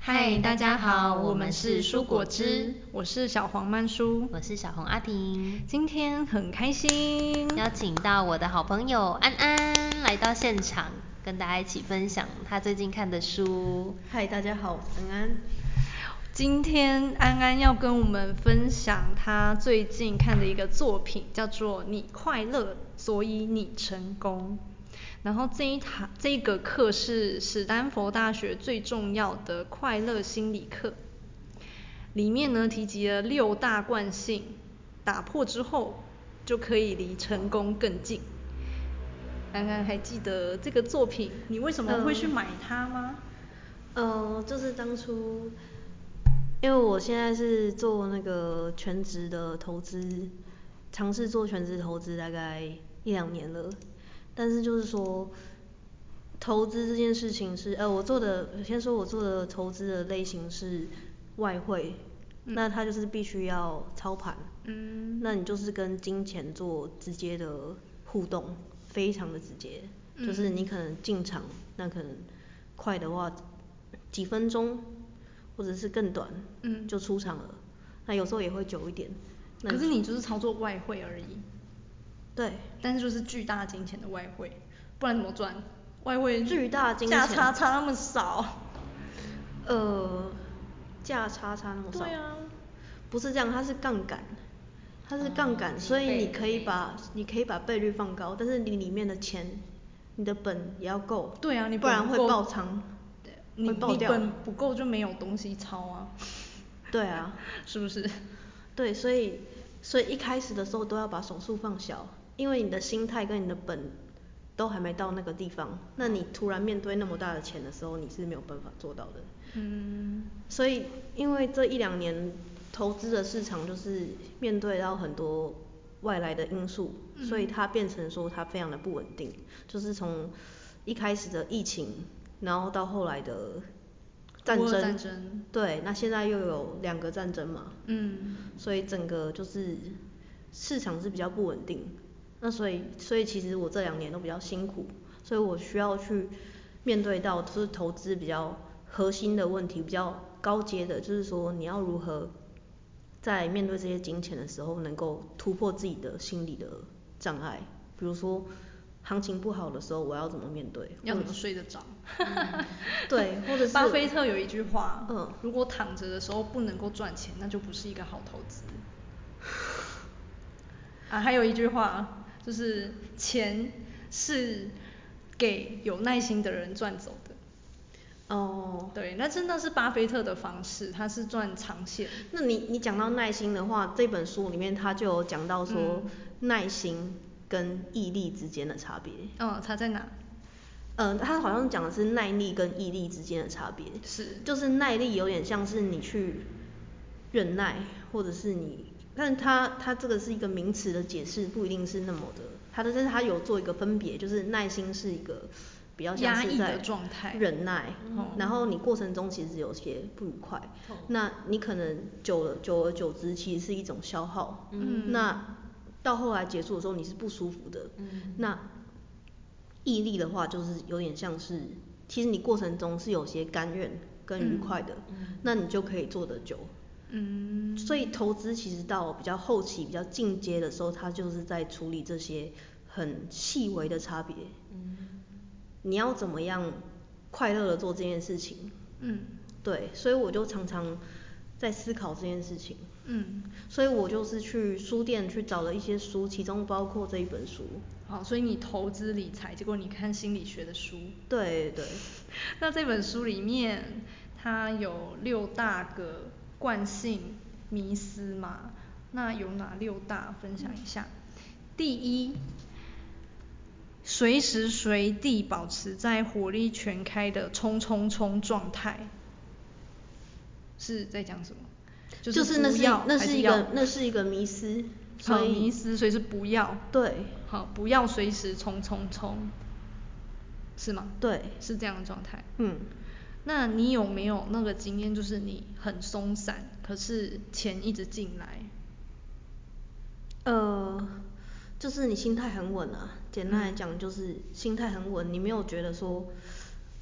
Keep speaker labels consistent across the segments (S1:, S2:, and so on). S1: 嗨，大家好，我们是蔬果汁，我是小黄曼舒。
S2: 我是小红阿婷，
S1: 今天很开心，
S2: 邀请到我的好朋友安安来到现场，跟大家一起分享她最近看的书。
S3: 嗨，大家好，我是安安。
S1: 今天安安要跟我们分享她最近看的一个作品，叫做《你快乐，所以你成功》。然后这一堂这一个课是史丹佛大学最重要的快乐心理课，里面呢提及了六大惯性，打破之后就可以离成功更近。安安还记得这个作品，你为什么会去买它吗？
S3: 呃，就是当初，因为我现在是做那个全职的投资，尝试做全职投资大概一两年了，但是就是说，投资这件事情是，呃，我做的，我先说我做的投资的类型是外汇，
S1: 嗯
S3: 那它就是必须要操盘，
S1: 嗯
S3: 那你就是跟金钱做直接的互动，非常的直接，
S1: 嗯
S3: 就是你可能进场，那可能快的话几分钟，或者是更短，
S1: 嗯
S3: 就出场了。那有时候也会久一点。那
S1: 可是你就是操作外汇而已，
S3: 对，
S1: 但是就是巨大金钱的外汇，不然怎么赚？外汇
S3: 巨大金
S1: 价
S3: 钱
S1: 差差那么少，
S3: 呃，价差差那么少，
S1: 对啊，
S3: 不是这样，它是杠杆，它是杠杆，
S2: 哦
S3: 所以
S2: 几倍
S3: 你
S2: 的
S3: 可以
S2: 那
S3: 把你可以把倍率放高，但是你里面的钱，你的本也要够，
S1: 对啊，你
S3: 不然
S1: 本
S3: 会
S1: 够
S3: 爆仓，
S1: 对你
S3: 会爆
S1: 你
S3: 掉
S1: 本不够就没有东西抄啊，
S3: 对啊，
S1: 是不是？
S3: 对，所以所以一开始的时候都要把手速放小，因为你的心态跟你的本都还没到那个地方，那你突然面对那么大的钱的时候，你是没有办法做到的。
S1: 嗯，
S3: 所以因为这一两年投资的市场就是面对到很多外来的因素，
S1: 嗯
S3: 所以它变成说它非常的不稳定，就是从一开始的疫情，然后到后来的战
S1: 乌
S3: 争，
S1: 俄战争
S3: 对，那现在又有两个战争嘛，
S1: 嗯，
S3: 所以整个就是市场是比较不稳定。那所以，所以其实我这两年都比较辛苦，所以我需要去面对到就是投资比较核心的问题，比较高阶的，就是说你要如何在面对这些金钱的时候，能够突破自己的心理的障碍。比如说行情不好的时候，我要怎么面对？
S1: 要
S3: 或
S1: 怎
S3: 者
S1: 么睡得着？
S3: 嗯 对，或者是
S1: 巴菲特有一句话，
S3: 嗯
S1: 如果躺着的时候不能够赚钱，那就不是一个好投资。啊，还有一句话就是钱是给有耐心的人赚走的。
S3: 哦，
S1: 对，那真的是巴菲特的方式，他是赚长线。
S3: 那你你讲到耐心的话，这本书里面它就有讲到说耐心跟毅力之间的差别。
S1: 嗯，他在哪？
S3: 嗯、呃，它好像讲的是耐力跟毅力之间的差别。
S1: 是
S3: 就是耐力有点像是你去忍耐，或者是你，但它它这个是一个名词的解释，不一定是那么的。它的但是它有做一个分别，就是耐心是一个比较像
S1: 压
S3: 是
S1: 抑
S3: 在
S1: 的状态
S3: 忍耐，
S1: 嗯
S3: 然后你过程中其实有些不愉快，那你可能久了久而久之，其实是一种消耗。
S1: 嗯
S3: 那到后来结束的时候，你是不舒服的。
S2: 嗯
S3: 那毅力的话，就是有点像是，其实你过程中是有些甘愿跟愉快的，
S2: 嗯
S3: 那你就可以做得久。
S1: 嗯，
S3: 所以投资其实到比较后期、比较进阶的时候，它就是在处理这些很细微的差别。
S2: 嗯
S3: 你要怎么样快乐的做这件事情？
S1: 嗯
S3: 对，所以我就常常在思考这件事情。
S1: 嗯，
S3: 所以我就是去书店去找了一些书，其中包括这一本书。
S1: 好，所以你投资理财，结果你看心理学的书，
S3: 对对，
S1: 那这本书里面，它有六大个惯性迷思嘛？那有哪六大？分享一下。第一，随时随地保持在火力全开的冲冲冲状态，是在讲什么？
S3: 就是那
S1: 不
S3: 是
S1: 要
S3: 那
S1: 还
S3: 是
S1: 是
S3: 一
S1: 要
S3: 个那是一个迷思，
S1: 好
S3: 所以
S1: 迷思，所以是不要。
S3: 对
S1: 好，不要随时冲冲冲，是吗？
S3: 对
S1: 是这样的状态。
S3: 嗯，
S1: 那你有没有那个经验，就是你很松散，可是钱一直进来？
S3: 呃，就是你心态很稳啊。简单来讲，就是心态很稳，你没有觉得说，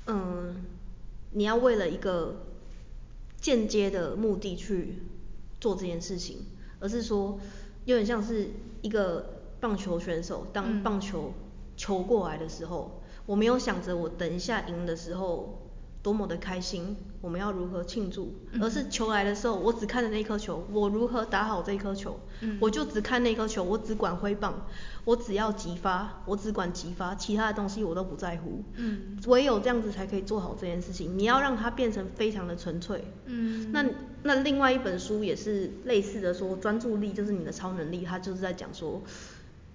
S3: 嗯，你要为了一个间接的目的去做这件事情，而是说有点像是一个棒球选手当
S1: 嗯
S3: 棒球球过来的时候，我没有想着我等一下赢的时候多么的开心，我们要如何庆祝，而是球来的时候，我只看着那颗球，我如何打好这颗球，
S1: 嗯
S3: 我就只看那颗球，我只管挥棒，我只要击发，我只管击发，其他的东西我都不在乎。
S1: 嗯
S3: 唯有这样子才可以做好这件事情。你要让它变成非常的纯粹。
S1: 嗯
S3: 那那另外一本书也是类似的说，专注力就是你的超能力，它就是在讲说，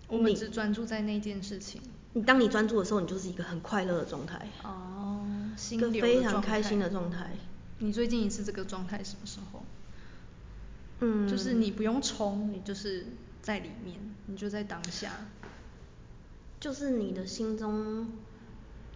S1: 我们
S3: 你
S1: 只专注在那件事情。
S3: 你当你专注的时候，你就是一个很快乐的状态，
S1: 哦，
S3: 一
S1: 心
S3: 个
S1: 流的
S3: 非常
S1: 状
S3: 开心
S1: 态
S3: 的状态。
S1: 你最近一次这个状态什么时候？
S3: 嗯，
S1: 就是你不用冲，你就是在里面，你就在当下。
S3: 就是你的心中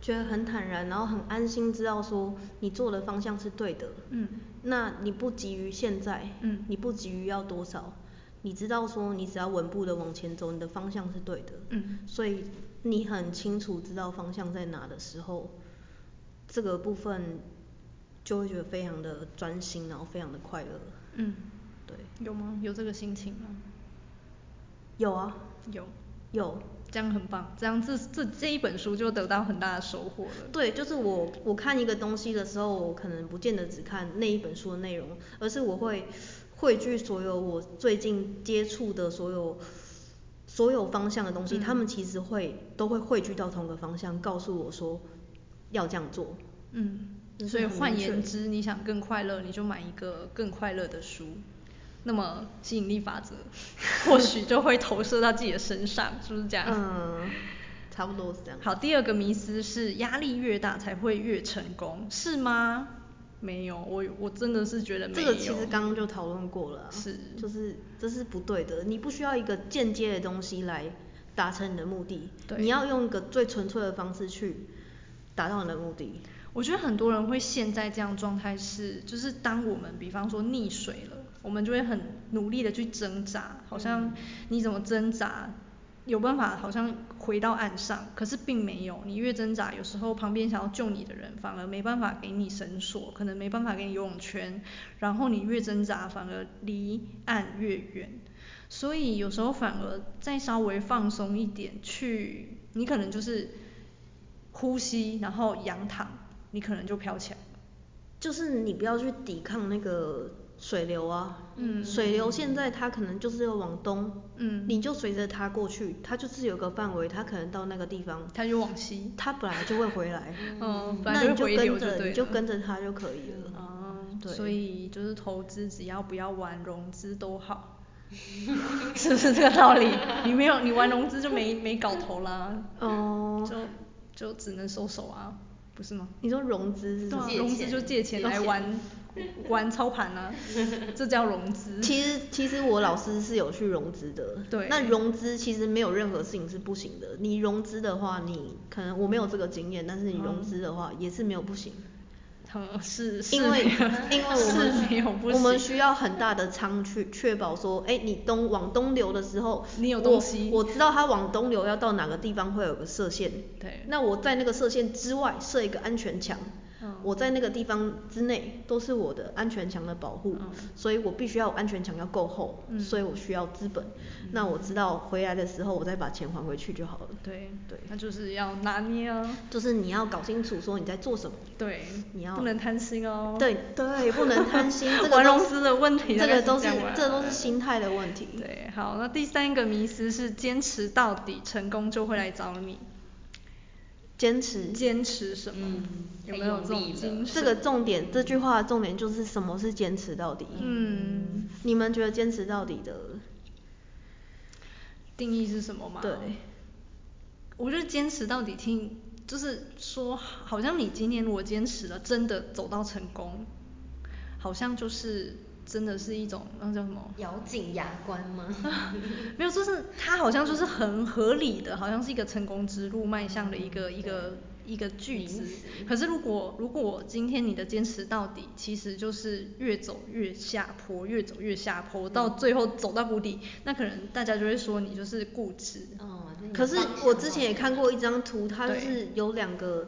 S3: 觉得很坦然，然后很安心，知道说你做的方向是对的。
S1: 嗯
S3: 那你不急于现在，
S1: 嗯
S3: 你不急于要多少，你知道说你只要稳步的往前走，你的方向是对的。
S1: 嗯
S3: 所以你很清楚知道方向在哪的时候，这个部分就会觉得非常的专心，然后非常的快乐。
S1: 嗯，
S3: 对，
S1: 有吗？有这个心情吗？
S3: 有啊，
S1: 有，
S3: 有，
S1: 这样很棒，这样这这这一本书就得到很大的收获了。
S3: 对，就是我我看一个东西的时候，我可能不见得只看那一本书的内容，而是我会汇聚所有我最近接触的所有所有方向的东
S1: 嗯
S3: 西，他们其实会都会汇聚到同个方向，告诉我说要这样做。
S1: 嗯，
S3: 就是
S1: 所以
S3: 很
S1: 换
S3: 明确
S1: 言之，你想更快乐，你就买一个更快乐的书。那么吸引力法 则或许就会投射到自己的身上，是不是这样？
S3: 嗯，差不多是这样。
S1: 好，第二个迷思是压力越大才会越成功，是吗？没有，我我真的是觉得没
S3: 这
S1: 有。
S3: 个其实刚刚就讨论过了啊、
S1: 是
S3: 就是这是不对的，你不需要一个间接的东西来达成你的目的，
S1: 对
S3: 你要用一个最纯粹的方式去达到你的目的。
S1: 我觉得很多人会陷在这样状态是，就是当我们比方说溺水了，我们就会很努力的去挣扎，好像你怎么挣扎，有办法好像回到岸上，可是并没有。你越挣扎，有时候旁边想要救你的人反而没办法给你绳索，可能没办法给你游泳圈，然后你越挣扎，反而离岸越远。所以有时候反而再稍微放松一点，去你可能就是呼吸，然后仰躺，你可能就飘起来了。
S3: 就是你不要去抵抗那个水流啊，
S1: 嗯
S3: 水流现在它可能就是要往东，
S1: 嗯
S3: 你就随着它过去，它就是有个范围，它可能到那个地方，
S1: 它就往西
S3: 它本来就会回来，
S1: 嗯本来
S3: 那
S1: 就
S3: 你就
S1: 会回流
S3: 跟
S1: 就
S3: 着，
S1: 对
S3: 你就
S1: 了
S3: 跟着它就可以了。
S1: 哦，
S3: 对
S1: 所以就是投资，只要不要玩融资都 好，是不是这个道理？你没有，你玩融资就没没搞头啦，
S3: 哦，
S1: 就就只能收手啊，不是吗？
S3: 你说融资
S1: 对
S3: 是什
S1: 啊
S3: 么？，
S1: 融资就借钱来玩玩操盘啊， 这叫融资。
S3: 其实其实我老师是有去融资的，
S1: 对
S3: 那融资其实没有任何事情是不行的。你融资的话，你可能我没有这个经验，但是你融资的话也是没有不行，
S1: 嗯，是，是
S3: 因为
S1: 没有
S3: 因为我
S1: 是没有
S3: 们
S1: 不
S3: 我们
S1: 行
S3: 需要很大的仓去确保说，哎、你东往东流的时候，
S1: 你有
S3: 我
S1: 东西
S3: 我知道它往东流要到哪个地方会有个射线，
S1: 对
S3: 那我在那个射线之外设一个安全墙。
S1: 嗯
S3: 我在那个地方之内都是我的安全墙的保护，
S1: 嗯
S3: 所以我必须要有安全墙要够厚，
S1: 嗯
S3: 所以我需要资本。那我知道回来的时候，我再把钱还回去就好了。
S1: 对
S3: 对
S1: 那就是要拿捏啊，
S3: 就是你要搞清楚说你在做什么。
S1: 对，
S3: 你要
S1: 不能贪心哦，，
S3: 对对，不能贪心 这个
S1: 玩
S3: 都
S1: 融资的问题
S3: 这
S1: 大概
S3: 个
S1: 是
S3: 都
S1: 这
S3: 是
S1: 样吧
S3: 这都是心态的问题。
S1: 对，好，那第三个迷思是坚持到底，成功就会来找你。
S3: 坚持。
S1: 坚持什么？
S2: 嗯
S1: 有
S2: 太
S1: 没有
S2: 用
S1: 这种
S2: 力了
S1: 精
S3: 这
S1: 神？
S3: 个重点，这句话的重点就是什么是坚持到底？，
S1: 嗯，
S3: 你们觉得坚持到底的，
S1: 定义是什么吗？
S3: 对，
S1: 我觉得坚持到底听，就是说，好像你今天如果坚持了，真的走到成功，好像就是真的是一种那叫什么？
S2: 咬紧牙关吗？
S1: 没有，就是它好像就是很合理的，好像是一个成功之路迈向的一个、一个一个句子
S2: 名词。
S1: 可是如果如果今天你的坚持到底，其实就是越走越下坡，越走越下坡，到最后走到谷底，那可能大家就会说你就是固执。
S2: 哦，就你
S3: 可是
S2: 方向
S3: 我之前
S2: 好
S3: 也
S2: 像
S3: 看过一张图，它就
S1: 对
S3: 是有两个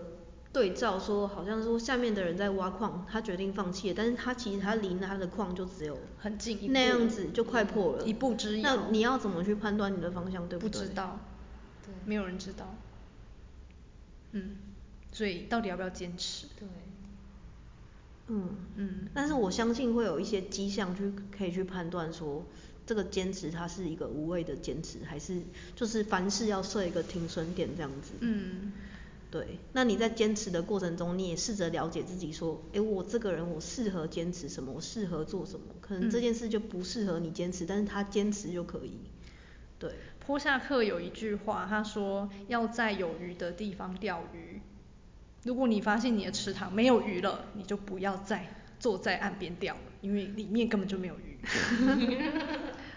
S3: 对照说，好像说下面的人在挖矿，他决定放弃了，但是他其实他离那他的矿就只有
S1: 很近一步
S3: 那样子就快破了，
S1: 一步之遥
S3: 那你要怎么去判断你的方向对
S1: 不
S3: 对？
S1: 知道，
S2: 对
S1: 没有人知道。嗯，所以到底要不要坚持？
S2: 对，
S3: 嗯
S1: 嗯
S3: 但是我相信会有一些迹象去可以去判断说，这个坚持它是一个无谓的坚持，还是就是凡事要设一个停损点这样子。
S1: 嗯，
S3: 对，那你在坚持的过程中，你也试着了解自己，说，诶，我这个人我适合坚持什么，我适合做什么，可能这
S1: 嗯
S3: 件事就不适合你坚持，但是他坚持就可以。对，
S1: 坡下克有一句话，他说要在有鱼的地方钓鱼。如果你发现你的池塘没有鱼了，你就不要再坐在岸边钓了，因为里面根本就没有 鱼。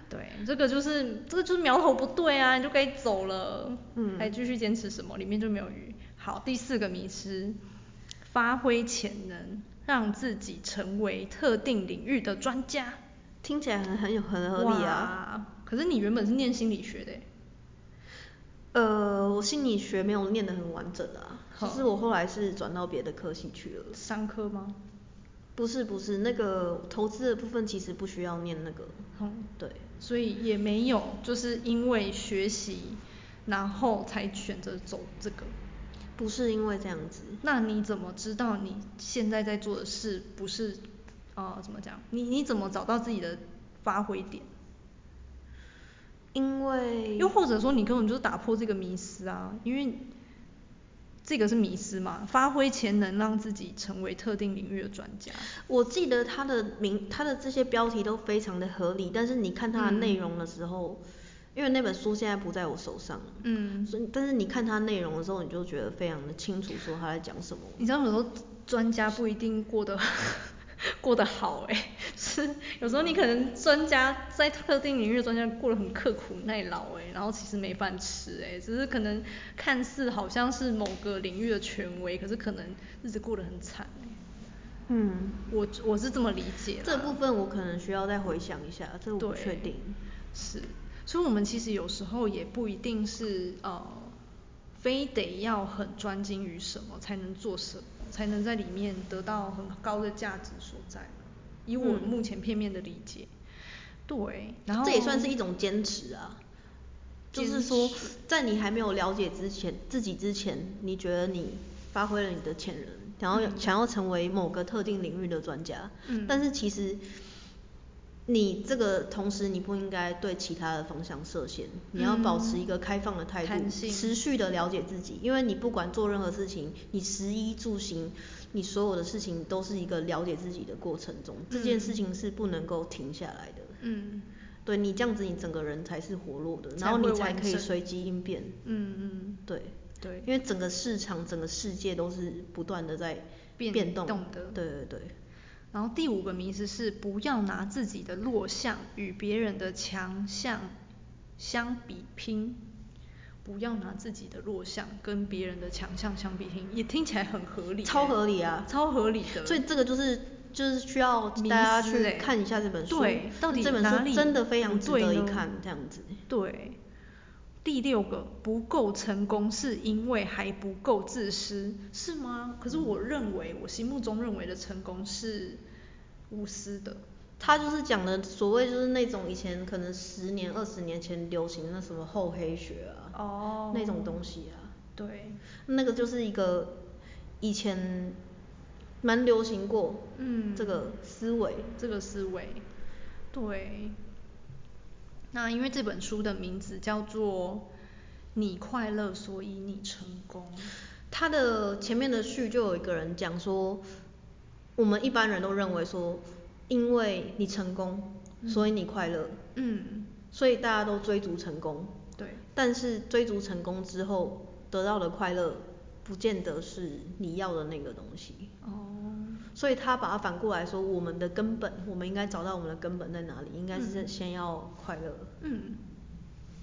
S1: 对，这个就是这个就是苗头不对啊，你就该走了，
S3: 嗯
S1: 还继续坚持什么？里面就没有鱼。好，第四个迷失，发挥潜能，让自己成为特定领域的专家。
S3: 听起来很很有很合理啊。
S1: 哇！可是你原本是念心理学的欸，
S3: 呃，我心理学没有念得很完整啊，
S1: 好
S3: 就是我后来是转到别的科系去了。
S1: 商科吗？
S3: 不是不是，那个投资的部分其实不需要念那个。
S1: 嗯
S3: 对，
S1: 所以也没有就是因为学习，然后才选择走这个。
S3: 不是因为这样子。
S1: 那你怎么知道你现在在做的事不是呃怎么讲？你你怎么找到自己的发挥点？
S3: 因为
S1: 又或者说你根本就是打破这个迷思啊，因为这个是迷思嘛，发挥潜能让自己成为特定领域的专家。
S3: 我记得它的名，它的这些标题都非常的合理，但是你看它的内
S1: 嗯
S3: 容的时候，因为那本书现在不在我手上，
S1: 嗯
S3: 所以但是你看它内容的时候，你就觉得非常的清楚，说他在讲什么。
S1: 你知道有时候专家不一定过得 过得好哎、就是有时候你可能专家在特定领域的专家过得很刻苦耐劳哎、然后其实没饭吃哎、只是可能看似好像是某个领域的权威，可是可能日子过得很惨哎、
S3: 嗯，
S1: 我我是这么理解啦
S3: 这部分我可能需要再回想一下，这我不
S1: 对
S3: 确定。
S1: 是，所以我们其实有时候也不一定是呃，非得要很专精于什么才能做什么，才能在里面得到很高的价值所在。以我
S3: 嗯
S1: 目前片面的理解，对，然后
S3: 这也算是一种坚持啊。就是
S1: 坚
S3: 说
S1: 持，
S3: 在你还没有了解之前，自己之前，你觉得你发挥了你的潜能，然后
S1: 嗯
S3: 想要成为某个特定领域的专家，
S1: 嗯
S3: 但是其实你这个同时你不应该对其他的方向设限，你要保持一个开放的态度，
S1: 嗯弹性
S3: 持续的了解自己，因为你不管做任何事情，你食衣住行，你所有的事情都是一个了解自己的过程中，这件
S1: 嗯
S3: 事情是不能够停下来的。
S1: 嗯
S3: 对你这样子，你整个人才是活络的，
S1: 才
S3: 然后你
S1: 会
S3: 才
S1: 完
S3: 可以
S1: 整
S3: 随机应变。
S1: 嗯嗯，
S3: 对，
S1: 对
S3: 因，为整个市场、整个世界都是不断的在
S1: 变
S3: 动
S1: 动的
S3: 对对对，
S1: 然后第五个迷思是不要拿自己的弱项与别人的强项相比拼，不要拿自己的弱项跟别人的强项相比拼，也听起来很合理耶，
S3: 超合理啊
S1: 超合理的。
S3: 所以这个就是就是需要
S1: 迷
S3: 大家
S1: 思
S3: 去
S1: 欸
S3: 看一下这本书，
S1: 对，到底
S3: 这本
S1: 哪里
S3: 书真的非常值
S1: 不对
S3: 得一
S1: 呢
S3: 看，这样子。
S1: 对，第六个不够成功是因为还不够自私，是吗？可是我认为，我心目中认为的成功是无私的。
S3: 他就是讲的所谓就是那种以前可能十年、二十年前流行的什么厚黑学啊，
S1: 哦
S3: 那种东西啊，
S1: 对，
S3: 那个就是一个以前蛮流行过，
S1: 嗯
S3: 这个思维，
S1: 这个思维，对。那因为这本书的名字叫做《你快乐，所以你成功》。
S3: 他的前面的序就有一个人讲说，我们一般人都认为说，因为你成功，所以你快乐，
S1: 嗯，
S3: 所以大家都追逐成功，
S1: 对，
S3: 但是追逐成功之后得到的快乐，不见得是你要的那个东西。
S1: 哦，
S3: 所以他把它反过来说，我们的根本，我们应该找到我们的根本在哪里，应该是
S1: 嗯
S3: 先要快乐。
S1: 嗯，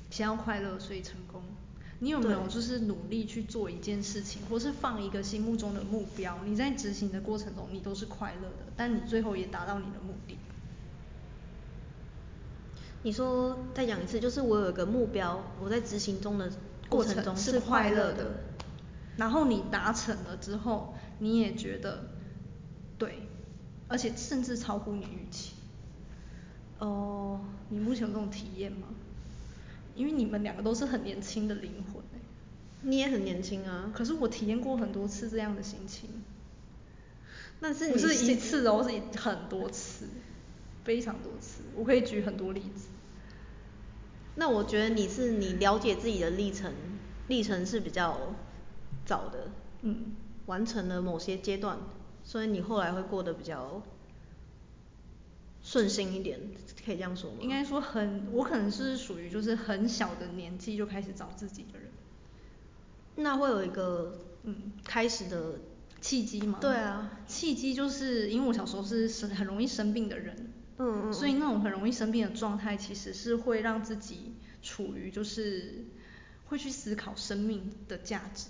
S1: 想要快乐，所以成功。你有没有
S3: 对
S1: 就是努力去做一件事情，或是放一个心目中的目标？你在执行的过程中，你都是快乐的，但你最后也达到你的目的。
S3: 你说再讲一次，就是我有一个目标，我在执行中的过程中
S1: 是快
S3: 快乐
S1: 的。然后你达成了之后，你也觉得对，而且甚至超乎你预期。呃
S3: 哦，
S1: 你目前有这种体验吗？因为你们两个都是很年轻的灵魂、欸、
S3: 你也很年轻啊，
S1: 可是我体验过很多次这样的心情，
S3: 那是
S1: 不
S3: 你
S1: 是一
S3: 现
S1: 次哦，是一很多次，非常多次，我可以举很多例子。
S3: 那我觉得你是你了解自己的历程，历程是比较早的，
S1: 嗯，
S3: 完成了某些阶段，所以你后来会过得比较顺心一点，可以这样说吗？
S1: 应该说很，我可能是属于就是很小的年纪就开始找自己的人，
S3: 那会有一个
S1: 嗯
S3: 开始的
S1: 契机嘛。
S3: 对啊，
S1: 契机就是因为我小时候是生很容易生病的人，
S3: 嗯嗯
S1: 所以那种很容易生病的状态，其实是会让自己处于就是会去思考生命的价值，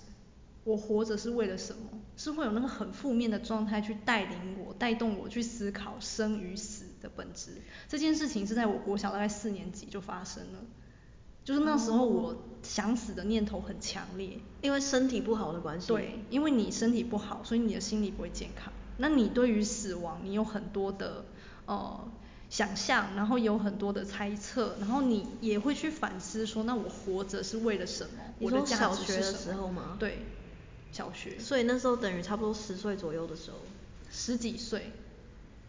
S1: 我活着是为了什么？是会有那个很负面的状态去带领我、带动我去思考生与死的本质。这件事情是在我国小大概四年级就发生了，就是那时候
S3: 哦
S1: 我想死的念头很强烈。
S3: 因为身体不好的关系，
S1: 对，因为你身体不好，所以你的心理不会健康。那你对于死亡，你有很多的呃想象，然后有很多的猜测，然后你也会去反思说，那我活着是为了什么？
S3: 你
S1: 我的
S3: 说
S1: 价
S3: 小
S1: 值
S3: 学
S1: 是
S3: 的
S1: 什
S3: 时
S1: 么
S3: 候吗
S1: 对，小学，
S3: 所以那时候等于差不多十岁左右的时候，
S1: 十几岁。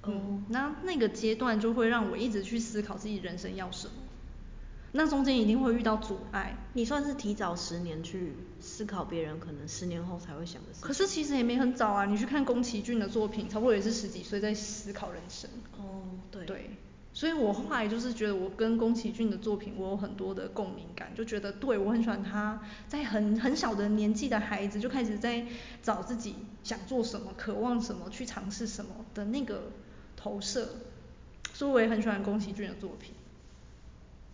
S3: 哦
S1: 嗯，那那个阶段就会让我一直去思考自己人生要什么。那中间一定会遇到阻碍，
S3: 你算是提早十年去思考别人可能十年后才会想的事情。
S1: 可是其实也没很早啊，你去看宫崎骏的作品，差不多也是十几岁在思考人生。
S3: 哦，对
S1: 所以我后来就是觉得我跟宫崎骏的作品，我有很多的共鸣感，就觉得对我很喜欢他在很很小的年纪的孩子就开始在找自己想做什么、渴望什么、去尝试什么的那个投射，所以我也很喜欢宫崎骏的作品。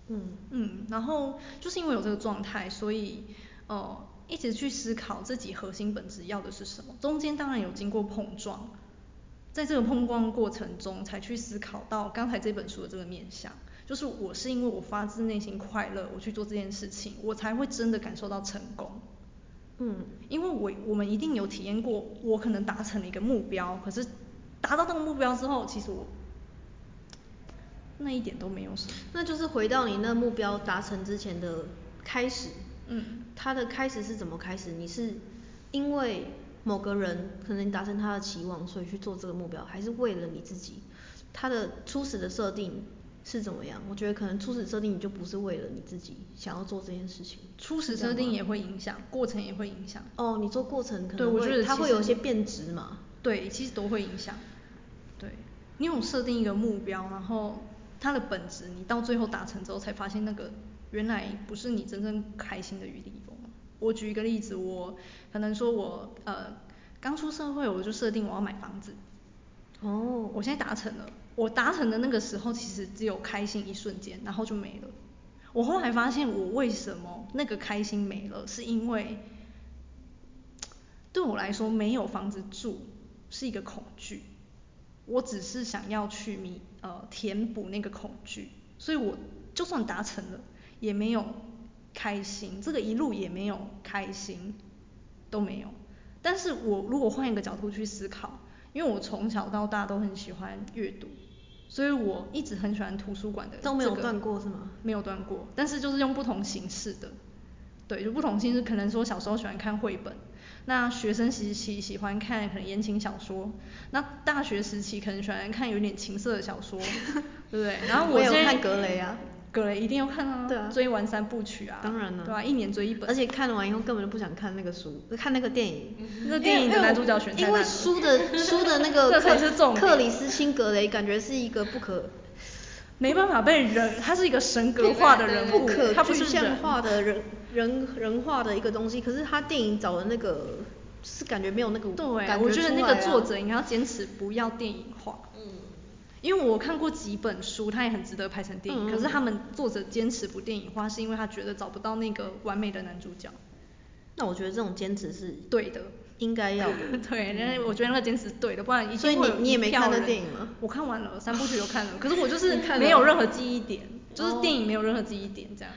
S3: 嗯，
S1: 嗯，然后就是因为有这个状态，所以呃一直去思考自己核心本质要的是什么。中间当然有经过碰撞，在这个碰撞过程中才去思考到刚才这本书的这个面向，就是我是因为我发自内心快乐，我去做这件事情，我才会真的感受到成功。
S3: 嗯，
S1: 因为我我们一定有体验过，我可能达成了一个目标，可是达到这个目标之后，其实我那一点都没有什么。
S3: 那就是回到你那目标达成之前的开始。
S1: 嗯
S3: 它的开始是怎么开始？你是因为某个人可能达成他的期望，所以去做这个目标，还是为了你自己？它的初始的设定是怎么样？我觉得可能初始设定你就不是为了你自己想要做这件事情。
S1: 初始设定也会影响，过程也会影响。
S3: 哦，你做过程可
S1: 对
S3: 能
S1: 我觉得
S3: 会它
S1: 其
S3: 会有一
S1: 实
S3: 些变质嘛？
S1: 对，其实都会影响。对，你有设定一个目标，然后它的本质，你到最后达成之后，才发现那个原来不是你真正开心的余地哦。我举一个例子，我可能说我呃刚出社会，我就设定我要买房子，
S3: 哦，
S1: 我现在达成了，我达成的那个时候其实只有开心一瞬间，然后就没了。我后来发现，我为什么那个开心没了，是因为对我来说没有房子住是一个恐惧，我只是想要去弥呃填补那个恐惧，所以我就算达成了，也没有开心，这个一路也没有开心，都没有。但是我如果换一个角度去思考，因为我从小到大都很喜欢阅读，所以我一直很喜欢图书馆的、这个。
S3: 都没有断过是吗
S1: 没有断过，但是就是用不同形式的，对，就不同形式，可能说小时候喜欢看绘本，那学生时期喜欢看可能言情小说，那大学时期可能喜欢看有点情色的小说，对不对？然后
S3: 我也
S1: 现
S3: 有
S1: 在
S3: 看格雷啊，
S1: 格雷一定要看啊，
S3: 对啊
S1: 追完三部曲啊，
S3: 当然了，
S1: 对啊，一年追一本，
S3: 而且看完以后根本就不想看那个书，看那个电影。
S1: 那电影的男主角选太
S3: 嗯因为
S1: 烂了
S3: 书的书的 那个
S1: 这
S3: 克
S1: 才是重点
S3: 克里斯辛格雷感觉是一个不可
S1: 没办法被人，他是一个神格化的人物
S3: 不，可
S1: 他不
S3: 具
S1: 是
S3: 象
S1: 人
S3: 化的人人人化的一个东西，可是他电影找的那个就是感觉没有那个
S1: 对，
S3: 感
S1: 我
S3: 觉
S1: 觉得
S3: 出
S1: 那
S3: 来
S1: 个
S3: 啊
S1: 作者应该要坚持不要电影化。
S2: 嗯，
S1: 因为我看过几本书，它也很值得拍成电影，
S3: 嗯嗯
S1: 可是他们作者坚持不电影化，是因为他觉得找不到那个完美的男主角。
S3: 那我觉得这种坚持是
S1: 对的，
S3: 应该要的。 嗯
S1: 对，那我觉得那个坚持是对的，不然一定
S3: 所以你
S1: 会有
S3: 你也没
S1: 一票
S3: 看那
S1: 人
S3: 电影吗
S1: 我看完了，三部曲都看了，可是我就是
S3: 你看了
S1: 没有任何记忆点，就是
S3: 哦
S1: 电影没有任何记忆点这样。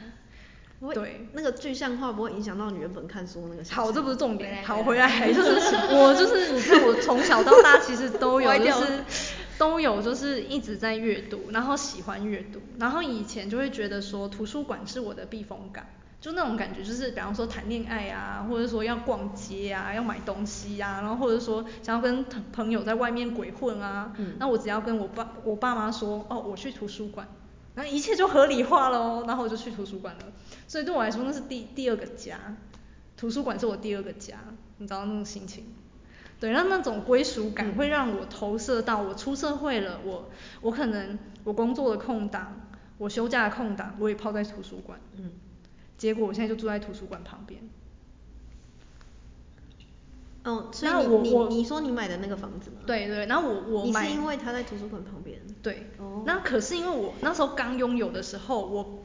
S3: 不会
S1: 对
S3: 那个具象化不会影响到你原本看书那个想象。
S1: 好，这不是重点。好，
S2: 回
S1: 回
S2: 来
S1: 来就是我就是你看我从小到大其实都有
S3: 歪
S1: 就
S3: 掉
S1: 是 都有就是一直在阅读，然后喜欢阅读，然后以前就会觉得说图书馆是我的避风港。就那种感觉，就是比方说谈恋爱啊，或者说要逛街啊，要买东西啊，然后或者说想要跟朋朋友在外面鬼混啊，
S3: 嗯
S1: 那我只要跟我爸我爸妈说，哦，我去图书馆，然后一切就合理化了哦，然后我就去图书馆了。所以对我来说，那是第第二个家，图书馆是我第二个家，你知道那种心情。对，那那种归属感会让我投射到我出社会了，我我可能我工作的空档，我休假的空档，我也泡在图书馆。
S3: 嗯，
S1: 结果我现在就住在图书馆旁边。
S3: 哦，所以
S1: 那
S3: 你
S1: 我
S3: 你
S1: 我
S3: 你说你买的那个房子吗？，
S1: 对对，然后我我
S3: 你
S1: 买
S3: 是因为他在图书馆旁边。
S1: 对，
S3: 哦
S1: 那可是因为我那时候刚拥有的时候，我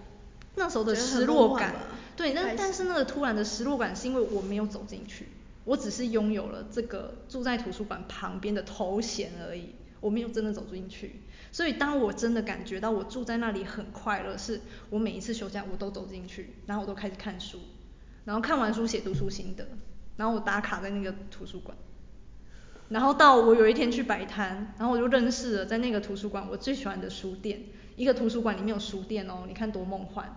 S1: 那时候的
S3: 觉得很
S1: 失
S3: 梦
S1: 落
S3: 幻
S1: 感
S3: 吧，
S1: 对，
S3: 开
S1: 那
S3: 始
S1: 但是那个突然的失落感是因为我没有走进去，我只是拥有了这个住在图书馆旁边的头衔而已，我没有真的走进去。所以当我真的感觉到我住在那里很快乐，是我每一次休假我都走进去，然后我都开始看书，然后看完书写读书心得，然后我打卡在那个图书馆。然后到我有一天去摆摊，然后我就认识了在那个图书馆我最喜欢的书店，一个图书馆里面有书店哦，你看多梦幻。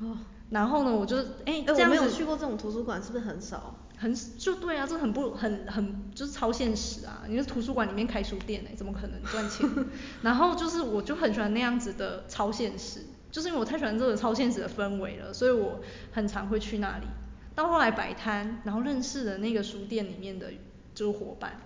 S3: 哦，
S1: 然后呢，我就哎、
S3: 哎、
S1: 这
S3: 我
S1: 样
S3: 没
S1: 子
S3: 有去过这种图书馆，是不是很少？
S1: 很就对啊，这很不很很就是超现实啊！你是图书馆里面开书店哎、怎么可能赚钱？ 然后就是我就很喜欢那样子的超现实，就是因为我太喜欢这个超现实的氛围了，所以我很常会去那里。到后来摆摊，然后认识了那个书店里面的就是伙伴，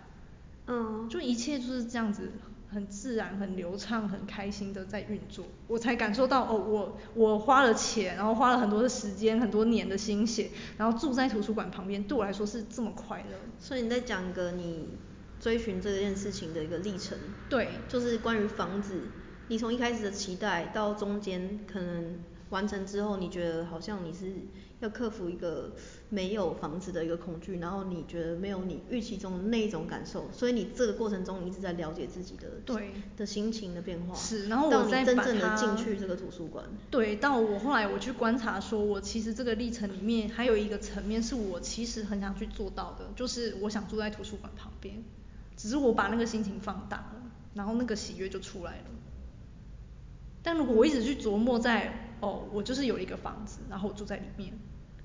S3: 嗯，
S1: 就一切就是这样子，很自然、很流畅、很开心的在运作，我才感受到哦，我我花了钱，然后花了很多的时间、很多年的心血，然后住在图书馆旁边，对我来说是这么快乐。
S3: 所以你在讲一个你追寻这件事情的一个历程，
S1: 对
S3: 就是关于房子，你从一开始的期待到中间可能完成之后，你觉得好像你是要克服一个没有房子的一个恐惧，然后你觉得没有你预期中的那一种感受，所以你这个过程中你一直在了解自己的
S1: 对
S3: 的心情的变化，
S1: 是然后
S3: 到
S1: 我
S3: 你
S1: 再
S3: 真
S1: 把
S3: 正的
S1: 它
S3: 进去这个图书馆，
S1: 对，到我后来我去观察说，我其实这个历程里面还有一个层面是我其实很想去做到的，就是我想住在图书馆旁边，只是我把那个心情放大了，然后那个喜悦就出来了。但如果我一直去琢磨在哦，我就是有一个房子，然后我住在里面，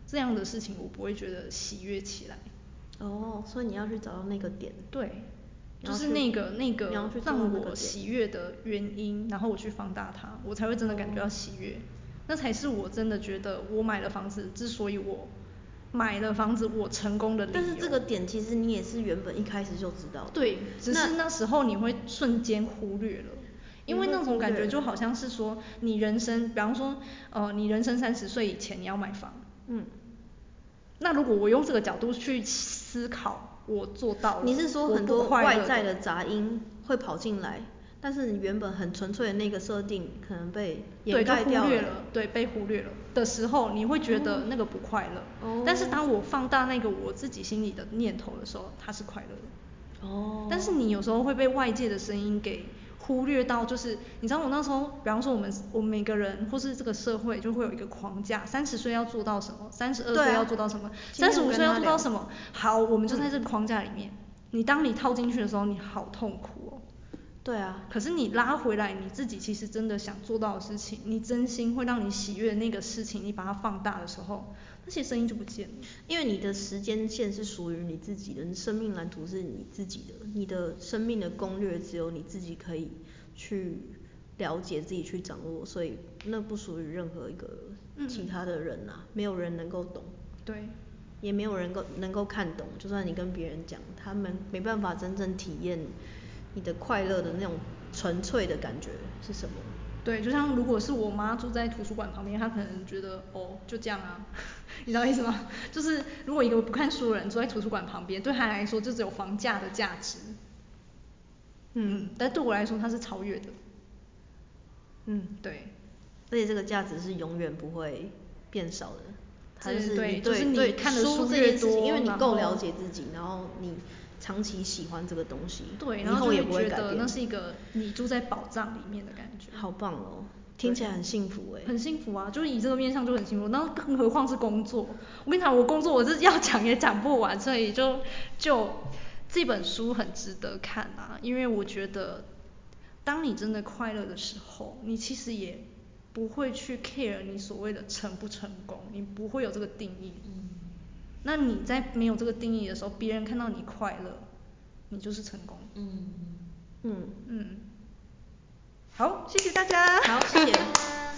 S1: 这样的事情我不会觉得喜悦起来。
S3: 哦，所以你要去找到那个点，
S1: 对，
S3: 你
S1: 就
S3: 要
S1: 是
S3: 去
S1: 那个那个
S3: 你要去做到
S1: 让
S3: 那个
S1: 我
S3: 点
S1: 喜悦的原因，然后我去放大它，我才会真的感觉到
S3: 哦
S1: 喜悦。那才是我真的觉得我买了房子，之所以我买了房子，我成功的理由。
S3: 但是这个点其实你也是原本一开始就知道的，
S1: 对，只是那时候你会瞬间忽略了。因为
S3: 你会
S1: 那种感
S3: 忽
S1: 觉
S3: 略
S1: 就好像是说，你人生，比方说，呃，你人生三十岁以前你要买房，
S3: 嗯，
S1: 那如果我用这个角度去思考，我做到了，
S3: 你是说
S1: 我
S3: 很
S1: 不
S3: 多
S1: 快
S3: 外
S1: 乐
S3: 在的杂音会跑进来，但是你原本很纯粹的那个设定可能被掩
S1: 对，就
S3: 盖
S1: 忽
S3: 掉
S1: 略了，对，被忽略了的时候，你会觉得那个不快乐。
S3: 哦
S1: 但是当我放大那个我自己心里的念头的时候，它是快乐的。
S3: 哦，
S1: 但是你有时候会被外界的声音给忽略到，就是你知道我那时候，比方说我们我们每个人或是这个社会就会有一个框架，三十岁要做到什么，三十二
S3: 对啊
S1: 岁要做到什么，
S3: 今
S1: 三
S3: 天
S1: 十
S3: 我
S1: 五
S3: 跟
S1: 岁要
S3: 他
S1: 做到
S3: 聊嗯
S1: 什么。好，我们就在这个框架里面。你当你套进去的时候，你好痛苦哦。
S3: 对啊，
S1: 可是你拉回来，你自己其实真的想做到的事情，你真心会让你喜悦的那个事情，你把它放大的时候，那些声音就不见了。
S3: 因为你的时间线是属于你自己的，你生命蓝图是你自己的，你的生命的攻略只有你自己可以去了解、自己去掌握，所以那不属于任何一个其他的人啊，没有人能够懂。
S1: 对，
S3: 也没有人够能够看懂，就算你跟别人讲，他们没办法真正体验你的快乐的那种纯粹的感觉是什么。
S1: 对，就像如果是我妈住在图书馆旁边，她可能觉得哦就这样啊， 你知道意思吗？就是如果一个不看书的人住在图书馆旁边，对她来说就只有房价的价值。嗯，但对我来说，它是超越的。嗯，对，
S3: 而且这个价值是永远不会变少的，它
S1: 这
S3: 是
S1: 对
S3: 你
S1: 就
S3: 对
S1: 是你
S3: 对
S1: 看的
S3: 书
S1: 书
S3: 这
S1: 越
S3: 件事情，因
S1: 多
S3: 为你
S1: 然
S3: 够
S1: 后
S3: 了解自己，然后你长期喜欢这个东西，
S1: 对，
S3: 以
S1: 然后就
S3: 也
S1: 会
S3: 不会
S1: 觉
S3: 改
S1: 得
S3: 变。
S1: 那是一个你住在宝藏里面的感觉。
S3: 好棒哦！听起来很幸福哎、
S1: 很幸福啊，就是以这个面向就很幸福。然后更何况是工作，我跟你讲，我工作我是要讲也讲不完，所以就就这本书很值得看啊，因为我觉得，当你真的快乐的时候，你其实也不会去 care 你所谓的成不成功，你不会有这个定义。那你在没有这个定义的时候，别人看到你快乐，你就是成功。
S2: 嗯，
S3: 嗯，
S1: 嗯，好，谢谢大家。
S3: 好，谢谢。